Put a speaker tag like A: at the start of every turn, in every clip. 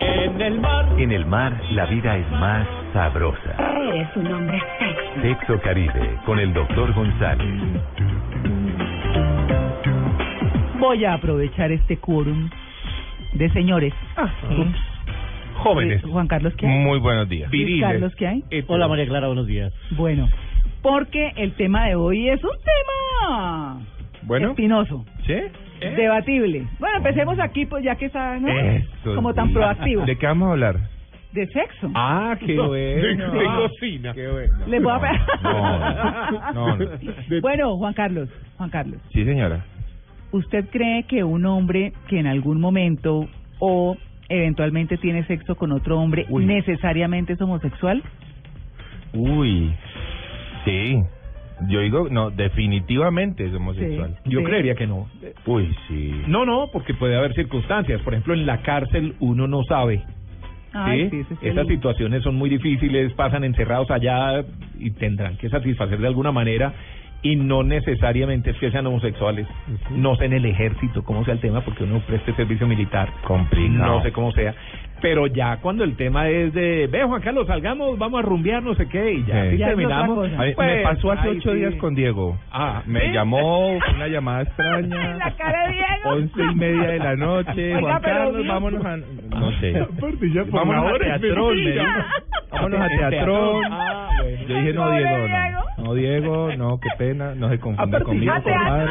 A: En el mar.
B: En el mar, la vida es más sabrosa.
C: Eres un hombre sexy.
B: Sexo Caribe, con el doctor González.
D: Voy a aprovechar este quórum de señores.
A: Ah,
D: Ups.
E: Jóvenes.
D: Juan Carlos, ¿qué hay?
E: Muy buenos días.
D: Luis Carlos, ¿qué hay?
F: Hola María Clara, buenos días.
D: Bueno, porque el tema de hoy es un tema
E: Bueno.
D: espinoso,
E: ¿Sí? ¿Eh?
D: debatible. Bueno, empecemos aquí, pues ya que está, ¿no?
E: Eso
D: Como
E: sí.
D: tan proactivo.
E: ¿De qué vamos a hablar?
D: De sexo.
E: Ah, qué bueno.
D: de
A: Ah,
E: cocina. Qué bueno.
D: Les voy a pe-
E: No, no, no.
D: Bueno, Juan Carlos, Juan Carlos,
E: Sí, señora.
D: ¿usted cree que un hombre que en algún momento o eventualmente tiene sexo con otro hombre
E: Uy.
D: necesariamente es homosexual?
E: Uy. Sí. Yo digo, no, definitivamente es homosexual.
D: Sí.
A: Yo creería que no.
E: Uy, sí.
A: No, no, porque puede haber circunstancias. Por ejemplo, en la cárcel uno no sabe.
D: Ay, sí, ese
A: ¿sí?
D: es
A: Esas
D: el-
A: situaciones son muy difíciles, pasan encerrados allá y tendrán que satisfacer de alguna manera. Y no necesariamente es que sean homosexuales. No sé en el ejército cómo sea el tema, porque uno preste servicio militar.
E: Complicado.
A: No sé cómo sea. Pero ya cuando el tema es de, ve Juan Carlos, salgamos, vamos a rumbear, no sé qué, y ya,
E: Sí.
A: si
D: Ya es otra
A: terminamos.
D: cosa.
E: A mí, me
A: pues,
E: pasó hace
A: ahí
E: ocho
A: sí.
E: días con Diego.
A: Ah,
E: me
A: ¿sí?
E: llamó, fue una llamada extraña.
D: La cara de Diego.
E: Once y media de la noche.
D: Oiga,
E: Juan
D: pero
E: Carlos,
D: bien.
E: vámonos a.
A: pues,
F: Ah.
E: No sé.
A: por
E: Vámonos
A: favor,
E: a teatrón. me dijo. Vámonos a
A: En
E: teatrón.
A: Ah, bueno.
E: Yo dije, no,
D: Pobre
E: Diego,
D: Diego.
E: no. No, Diego, no, qué pena. No se confunda
A: Aparte,
E: conmigo,
A: ya te-
E: compadre.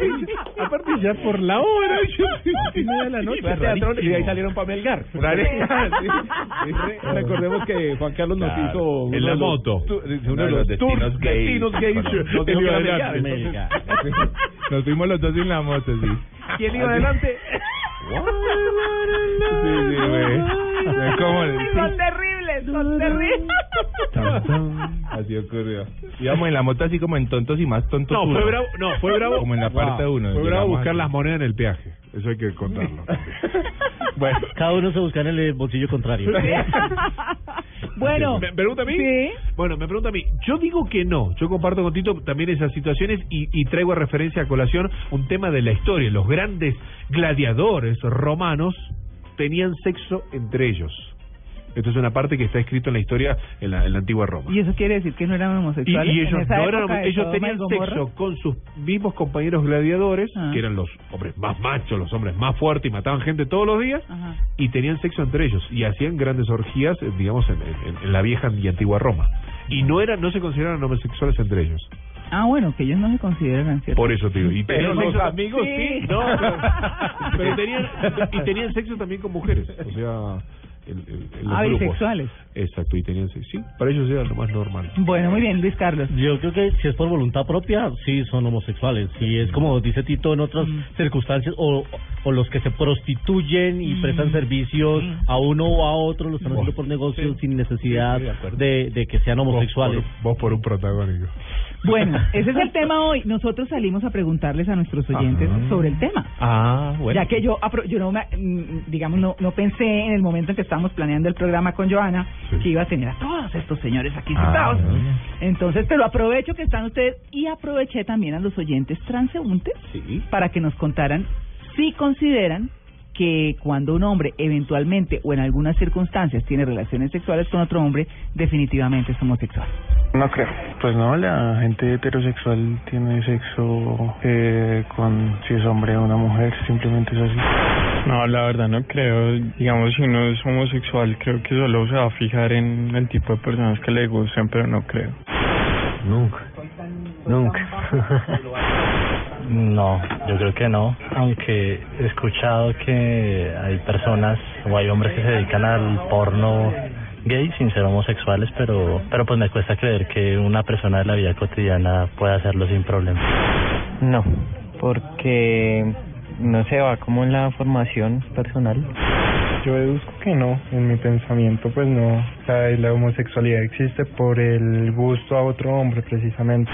A: Aparte ya por la hora,
E: Once y media de la noche,
A: Fue a teatro y de ahí
E: rarísimo.
A: salieron para Melgar. Sí, sí. Recordemos que Juan Carlos nos
E: Claro.
A: hizo uno
E: En la
A: de los
E: moto.
A: tu- uno
E: Uno
A: de los destinos
E: destinos gays.
A: destinos gays.
E: Bueno,
A: Nos dijo
E: él iba
A: que era
E: adelante,
A: Melgar,
E: entonces,
F: Melgar.
E: sí. Nos fuimos los dos en la moto, sí.
A: ¿Quién iba adelante?
E: Sí, sí, güey. Ve cómo le-
D: Son terribles, son terribles.
E: Tan, tan. Así ocurrió. Íbamos en la moto así como en tontos y más tontos.
G: No,
E: uno.
G: fue bravo, no, fue bravo.
E: Como en la parte
G: Wow.
E: uno.
G: Ah, Fue bravo
E: Llegamos
G: buscar
E: así.
G: las monedas en el peaje. Eso hay que contarlo.
E: Bueno,
F: Cada uno se busca en el eh, bolsillo contrario.
D: bueno,
G: ¿Me pregunta a mí?
D: Sí.
G: Bueno, me pregunta a mí. Yo digo que no. Yo comparto con Tito también esas situaciones y, y traigo a referencia a colación un tema de la historia. Los grandes gladiadores romanos tenían sexo entre ellos. Esto es una parte que está escrito en la historia en la, en la antigua Roma.
D: y eso quiere decir que no eran
G: Y,
D: homosexuales.
G: y
D: en
G: ellos,
D: esa
G: no
D: época
G: eran-
D: de
G: ellos
D: Sodoma y
G: tenían
D: Gomorra?
G: sexo con sus mismos compañeros gladiadores,
D: Ah.
G: que eran los hombres más machos, los hombres más fuertes y mataban gente todos los días,
D: Ajá.
G: y tenían sexo entre ellos y hacían grandes orgías, eh, digamos, en, en- en la vieja y antigua Roma. Y no eran, no se consideraban homosexuales entre ellos.
D: Ah, bueno, que ellos no se consideran cierto.
G: Por eso te digo. Y
A: Pero
G: tenían
A: los
G: sexo,
A: amigos sí.
D: Sí.
G: no, pero, pero tenían, y tenían sexo también con mujeres. O sea, el, el- el- los
D: Ah,
G: grupos.
D: bisexuales.
G: Exacto, y tenían sexo. Sí, para ellos era lo más normal.
D: Bueno, muy bien, Luis Carlos.
F: Yo creo que si es por voluntad propia, sí son homosexuales. Si es como dice Tito en otras
D: Mm.
F: circunstancias, o, o los que se prostituyen y prestan servicios a uno o a otro, lo están haciendo por negocio sin necesidad
A: Sí, sí, de acuerdo.
F: de, de que sean homosexuales.
G: Vos por, vos por un protagónico.
D: Bueno, ese es el tema hoy. Nosotros salimos a preguntarles a nuestros oyentes
E: Ajá.
D: sobre el tema.
A: Ah, bueno.
D: Ya que yo, apro- yo no, me- mm, digamos, no, no pensé en el momento en que estábamos planeando el programa con Joana
G: Sí.
D: que iba a tener a todos estos señores aquí
E: Ah,
D: sentados.
E: bueno.
D: Entonces, pero aprovecho que están ustedes y aproveché también a los oyentes transeúntes
A: Sí.
D: para que nos contaran si consideran que cuando un hombre eventualmente o en algunas circunstancias tiene relaciones sexuales con otro hombre, definitivamente es homosexual.
H: No creo. Pues no, la gente heterosexual tiene sexo eh, con si es hombre o una mujer, simplemente es así.
I: No, la verdad no creo. Digamos, si uno es homosexual, creo que solo se va a fijar en el tipo de personas que le gustan, pero no creo.
E: Nunca. Nunca.
J: No, yo creo que no, aunque he escuchado que hay personas o hay hombres que se dedican al porno gay sin ser homosexuales, pero pero pues me cuesta creer que una persona de la vida cotidiana pueda hacerlo sin problema.
H: No, porque no se va como en la formación personal. Yo deduzco que no, en mi pensamiento pues no. O sea, la homosexualidad existe por el gusto a otro hombre precisamente.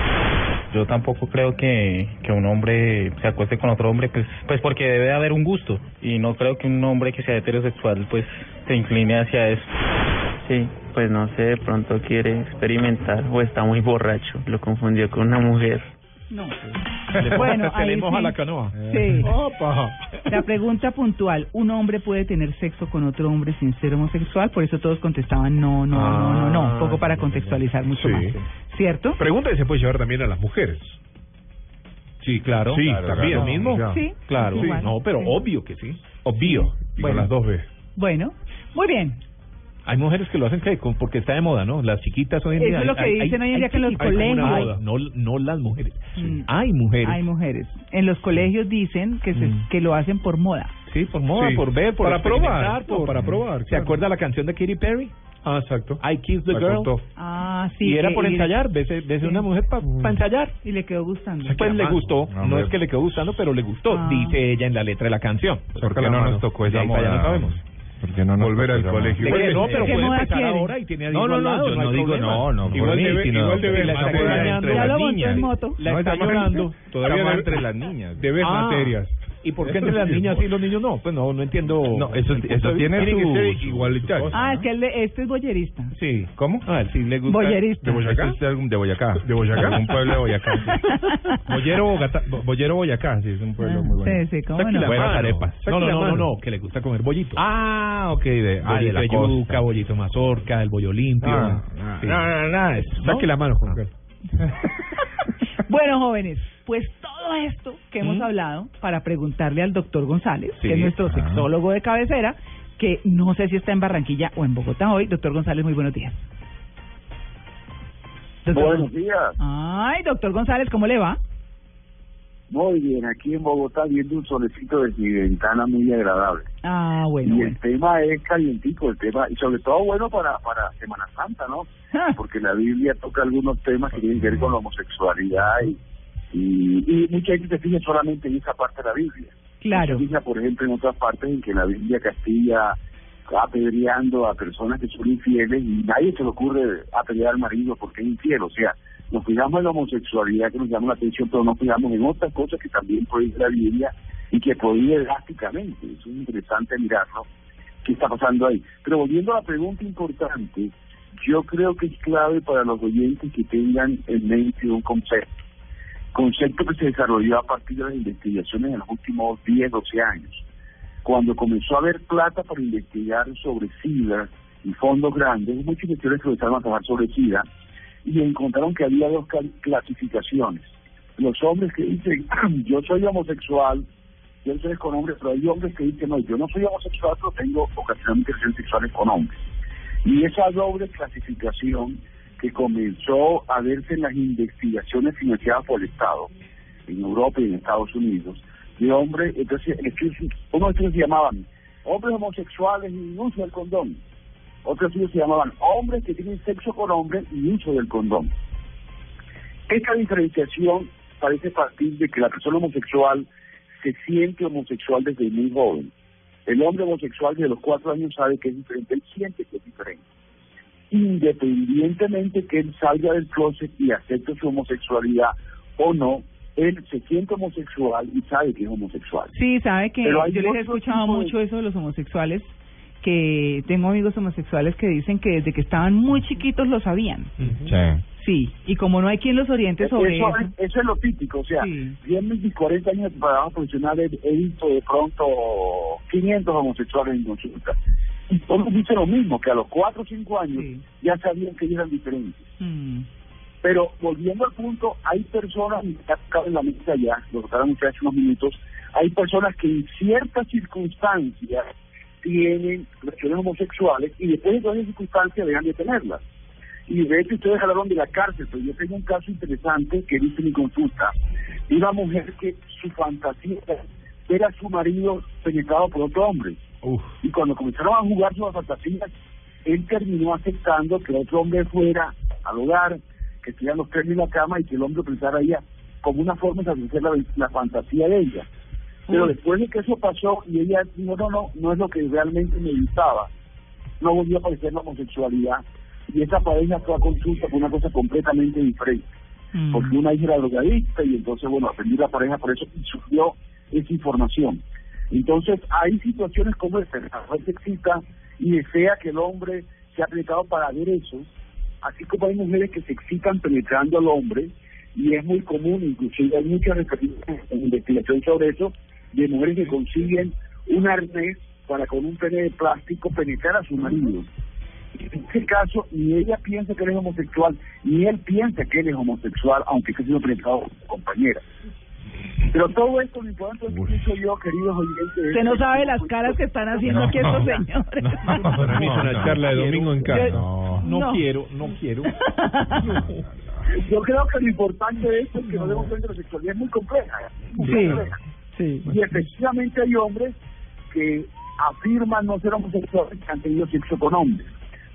J: Yo tampoco creo que, que un hombre se acueste con otro hombre, pues, pues porque debe haber un gusto y no creo que un hombre que sea heterosexual pues se incline hacia eso.
H: Sí, pues no sé, de pronto quiere experimentar o está muy borracho, lo confundió con una mujer.
D: No.
A: Le-
D: Bueno,
A: se le
D: ahí
A: moja
D: sí.
A: la canoa.
D: Sí.
A: Oh. Opa.
D: La pregunta puntual, ¿un hombre puede tener sexo con otro hombre sin ser homosexual? Por eso todos contestaban no, no, no, no, no,
A: Ah,
D: un poco para contextualizar mucho
G: Sí.
D: más. ¿Cierto?
G: Pregunta que se puede llevar también a las mujeres. Sí, claro. Sí,
A: Claro,
G: también.
A: claro.
G: mismo.
D: Sí,
G: Claro.
D: igual,
G: No, pero
D: sí.
G: obvio que sí. Obvio. Y
A: Bueno.
G: con las dos B.
D: Bueno, muy bien.
A: Hay mujeres que lo hacen ¿qué? Con- porque está de moda, ¿no? Las chiquitas hoy en
D: Eso
A: día.
D: es lo que dicen hoy en día que en los
A: chiquitas. Hay como una
D: colegios-
A: moda. No, no las mujeres.
D: Mm.
A: Hay mujeres.
D: Hay mujeres. En los colegios dicen que, se,
A: Mm.
D: que lo hacen por moda.
A: Sí, por moda,
G: Sí.
A: por ver, por
G: Para
A: experimentar,
G: probar,
A: por-
G: no, para probar,
A: ¿Se
G: claro.
A: acuerda la canción de Katy Perry?
G: Ah, exacto.
A: I Kiss the
G: La
A: Girl.
G: cortó.
D: Ah, sí.
A: Y era
D: que-
A: por ensayar, vese, vese
D: Sí.
A: una mujer para
G: Mm.
A: ensayar.
D: Y le quedó gustando.
A: Pues le gustó, no,
E: hombre.
A: es que le quedó gustando, pero le gustó,
D: Ah.
A: dice ella en la letra de la canción.
E: ¿Por qué no nos tocó
A: De
E: esa
A: ahí para allá
E: moda?
A: no sabemos.
E: ¿Por qué no nos
G: Volver
E: tocó
G: al
E: esa
G: colegio.
E: moda?
A: Le
G: Vuelve.
A: dije, no, pero
D: ¿Qué
A: puede
D: moda
A: empezar
D: quiere?
A: ahora y tiene a
E: No, no,
A: al
E: no,
A: lado,
E: yo
A: hay
E: no digo
A: problema.
E: no, no, por
A: Igual
E: mí,
A: debe,
E: sino
A: igual debe
E: que la
A: la está
E: moda
A: dañando,
E: entre
D: ya
E: las
D: lo montó
E: niñas.
D: en moto.
A: la
E: No,
A: está
E: estamos-
A: llorando.
E: Todavía
A: Estamos
E: debe-
A: entre las
E: niñas.
A: Debes
E: Ah.
A: materias. ¿Y por qué entre las niñas y los niños no? Pues no, no entiendo.
E: No, eso, eso tiene
A: Tiene que ser
E: su...
G: igualitario.
D: Ah, es que el de- este es boyerista.
E: Ah, Sí. ¿Cómo?
A: A ver, si le gusta.
D: Boyerista.
E: Boyacá? Es de, algún- de Boyacá.
G: ¿De Boyacá?
E: Un pueblo de Boyacá. Boyero, Bogotá, Bo- Boyero Boyacá, sí, es un pueblo muy bueno.
D: Ah, Sí, sí, cómo
A: Saque
D: no.
A: la
E: Buenas
A: mano.
E: arepas.
A: No, no,
G: Saque la
A: no, no,
G: mano.
A: no, que le gusta comer bollito.
E: Ah, ok, de, ah, de
A: bollito
E: la
A: de
E: costa.
A: yuca, bollito mazorca, el bollo limpio.
E: Ah, ah,
A: Sí.
E: No, no, no, es- Saque la mano,
A: Ah.
E: Juan. Carlos.
D: Bueno, jóvenes, pues todo esto que hemos hablado para preguntarle al doctor González,
A: Sí.
D: que es nuestro
E: Ajá.
D: sexólogo de cabecera, que no sé si está en Barranquilla o en Bogotá hoy. Doctor González, muy buenos días. Doctor
K: Buenos
D: Gon-
K: días.
D: Ay, doctor González, ¿cómo le va?
K: Muy bien, aquí en Bogotá viendo un solecito desde mi ventana muy agradable.
D: Ah, bueno,
K: y
D: bueno.
K: el tema es calientico, el tema, y sobre todo bueno para, para Semana Santa, ¿no?
D: Ah,
K: Porque la Biblia toca algunos temas que tienen que ver con la homosexualidad y, y, y mucha gente se fija solamente en esa parte de la Biblia.
D: claro.
K: Se fija, por ejemplo, en otras partes en que la Biblia castilla apedreando a personas que son infieles y nadie se le ocurre apedrear al marido porque es infiel. O sea, nos fijamos en la homosexualidad que nos llama la atención, pero no fijamos en otras cosas que también prohíbe la Biblia y que prohíbe drásticamente. Es muy interesante mirarlo, qué está pasando ahí. Pero volviendo a la pregunta importante, yo creo que es clave para los oyentes que tengan en mente un concepto concepto que se desarrolló a partir de las investigaciones en los últimos 10, 12 años. Cuando comenzó a haber plata para investigar sobre SIDA y fondos grandes, muchos investigadores comenzaron a trabajar sobre SIDA y encontraron que había dos cal- clasificaciones. Los hombres que dicen, yo soy homosexual, yo soy con hombres, pero hay hombres que dicen, no, yo no soy homosexual, pero tengo ocasionalmente relaciones sexuales con hombres. Y esa doble clasificación que comenzó a verse en las investigaciones financiadas por el Estado, en Europa y en Estados Unidos, de hombres, entonces, estudios- unos estudios se llamaban hombres homosexuales y uso del condón. Otros estudios se llamaban hombres que tienen sexo con hombres y uso del condón. Esta diferenciación parece partir de que la persona homosexual se siente homosexual desde muy joven. El hombre homosexual desde los cuatro años sabe que es diferente, él siente que es diferente independientemente que él salga del closet y acepte su homosexualidad o no, él se siente homosexual y sabe que es homosexual.
D: Sí, sabe que
K: Pero hay
D: yo les he
K: otro
D: escuchado
K: tipo de-
D: mucho eso de los homosexuales, que tengo amigos homosexuales que dicen que desde que estaban muy chiquitos lo sabían.
E: Sí.
D: Sí, y como no hay quien los oriente sobre
K: eso,
D: eso.
K: es, eso es lo típico, o sea,
D: Sí.
K: yo en mis 40 años de trabajo profesional he, he visto de pronto 500 homosexuales en consulta. Y todos dicen lo mismo, que a los 4 o 5 años
D: Sí.
K: ya sabían que eran diferentes.
D: Mm.
K: Pero volviendo al punto, hay personas, y está acá en la mesa ya, lo trataron ustedes hace unos minutos, hay personas que en ciertas circunstancias tienen relaciones homosexuales y después de todas esas circunstancias dejan de tenerlas. Y de hecho ustedes hablaron de la cárcel, pero yo tengo un caso interesante que dice mi consulta. de Una mujer que su fantasía era su marido penetrado por otro hombre. Y cuando comenzaron a jugar sus fantasías, él terminó aceptando que otro hombre fuera al hogar, que estuvieran los tres en la cama y que el hombre pensara a ella como una forma de satisfacer la, la fantasía de ella. Pero después de que eso pasó y ella no, no, no, no es lo que realmente me gustaba, no volvió a aparecer la homosexualidad y esa pareja fue a consulta por una cosa completamente diferente
D: Mm.
K: porque una hija era drogadicta y entonces, bueno, aprendí la pareja por eso y surgió esa información. Entonces, hay situaciones como esta, la mujer se excita y desea que el hombre sea aplicado para ver eso, así como hay mujeres que se excitan penetrando al hombre y es muy común, inclusive hay muchas referencias en investigación sobre eso, de mujeres que consiguen un arnés para con un pene de plástico penetrar a su marido. En este caso, ni ella piensa que él es homosexual, ni él piensa que él es homosexual, aunque esté siendo penetrado por su compañera. Pero todo esto, lo importante es que pienso yo, queridos oyentes... es
D: Usted no
K: que-
D: sabe las caras que están haciendo aquí estos señores.
E: Para mí es una charla de domingo en casa.
A: No, no,
D: No.
A: quiero, no quiero.
K: Yo creo que lo importante de esto es que nos demos cuenta que la sexualidad es muy compleja. muy
D: Sí.
K: compleja.
D: Sí.
K: Y efectivamente hay hombres que afirman no ser homosexuales que han tenido sexo con hombres.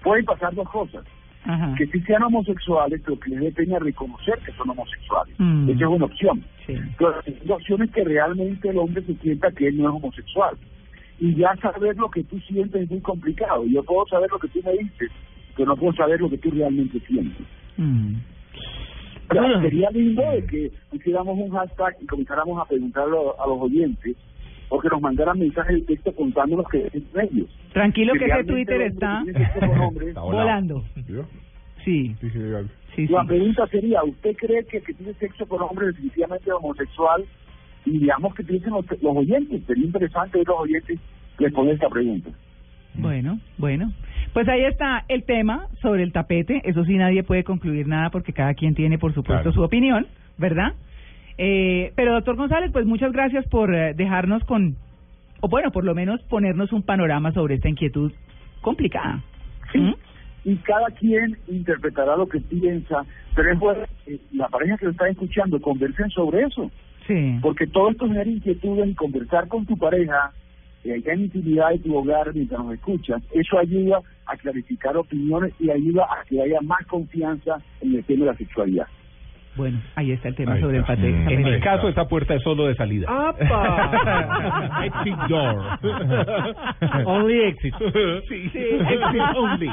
K: Pueden pasar dos cosas.
D: Ajá.
K: Que sí sean homosexuales, pero que les dé pena reconocer que son homosexuales.
D: Mm.
K: Esa es una opción.
D: Sí.
K: Pero la segunda opción es que realmente el hombre se sienta que él no es homosexual. Y ya saber lo que tú sientes es muy complicado. Yo puedo saber lo que tú me dices, pero no puedo saber lo que tú realmente sientes.
D: Mm.
K: Pero
D: Ah.
K: sería lindo de que hiciéramos un hashtag y comenzáramos a preguntarlo a los oyentes o que nos mandaran mensajes de texto contándonos que es entre ellos.
D: Tranquilo que ese
K: Realmente
D: Twitter
K: los
D: está
K: hombres tienen sexo con hombres.
D: volando. Sí. Sí, sí.
K: La pregunta sería, ¿usted cree que el que tiene sexo con hombres definitivamente es homosexual? Y digamos que piensen los, los oyentes, sería interesante ver los oyentes responder esta pregunta.
D: Bueno, bueno. Pues ahí está el tema sobre el tapete. Eso sí, nadie puede concluir nada porque cada quien tiene, por supuesto,
L: Claro.
D: su opinión, ¿verdad? Eh, pero, doctor González, pues muchas gracias por eh, dejarnos con, o bueno, por lo menos ponernos un panorama sobre esta inquietud complicada. ¿Mm?
K: y cada quien interpretará lo que piensa, pero es bueno que la pareja que lo está escuchando conversen sobre eso,
D: Sí.
K: porque todo esto genera inquietudes y conversar con tu pareja, eh, allá en intimidad de tu hogar mientras nos escuchas, eso ayuda a clarificar opiniones y ayuda a que haya más confianza en el tema de la sexualidad.
D: Bueno, ahí está el tema
A: Ahí
D: sobre
A: está. Mm.
D: el tapete.
A: En el caso, esta puerta es solo de salida.
G: ¡Apa!
A: Exit door.
F: Only exit.
A: Sí, exit only.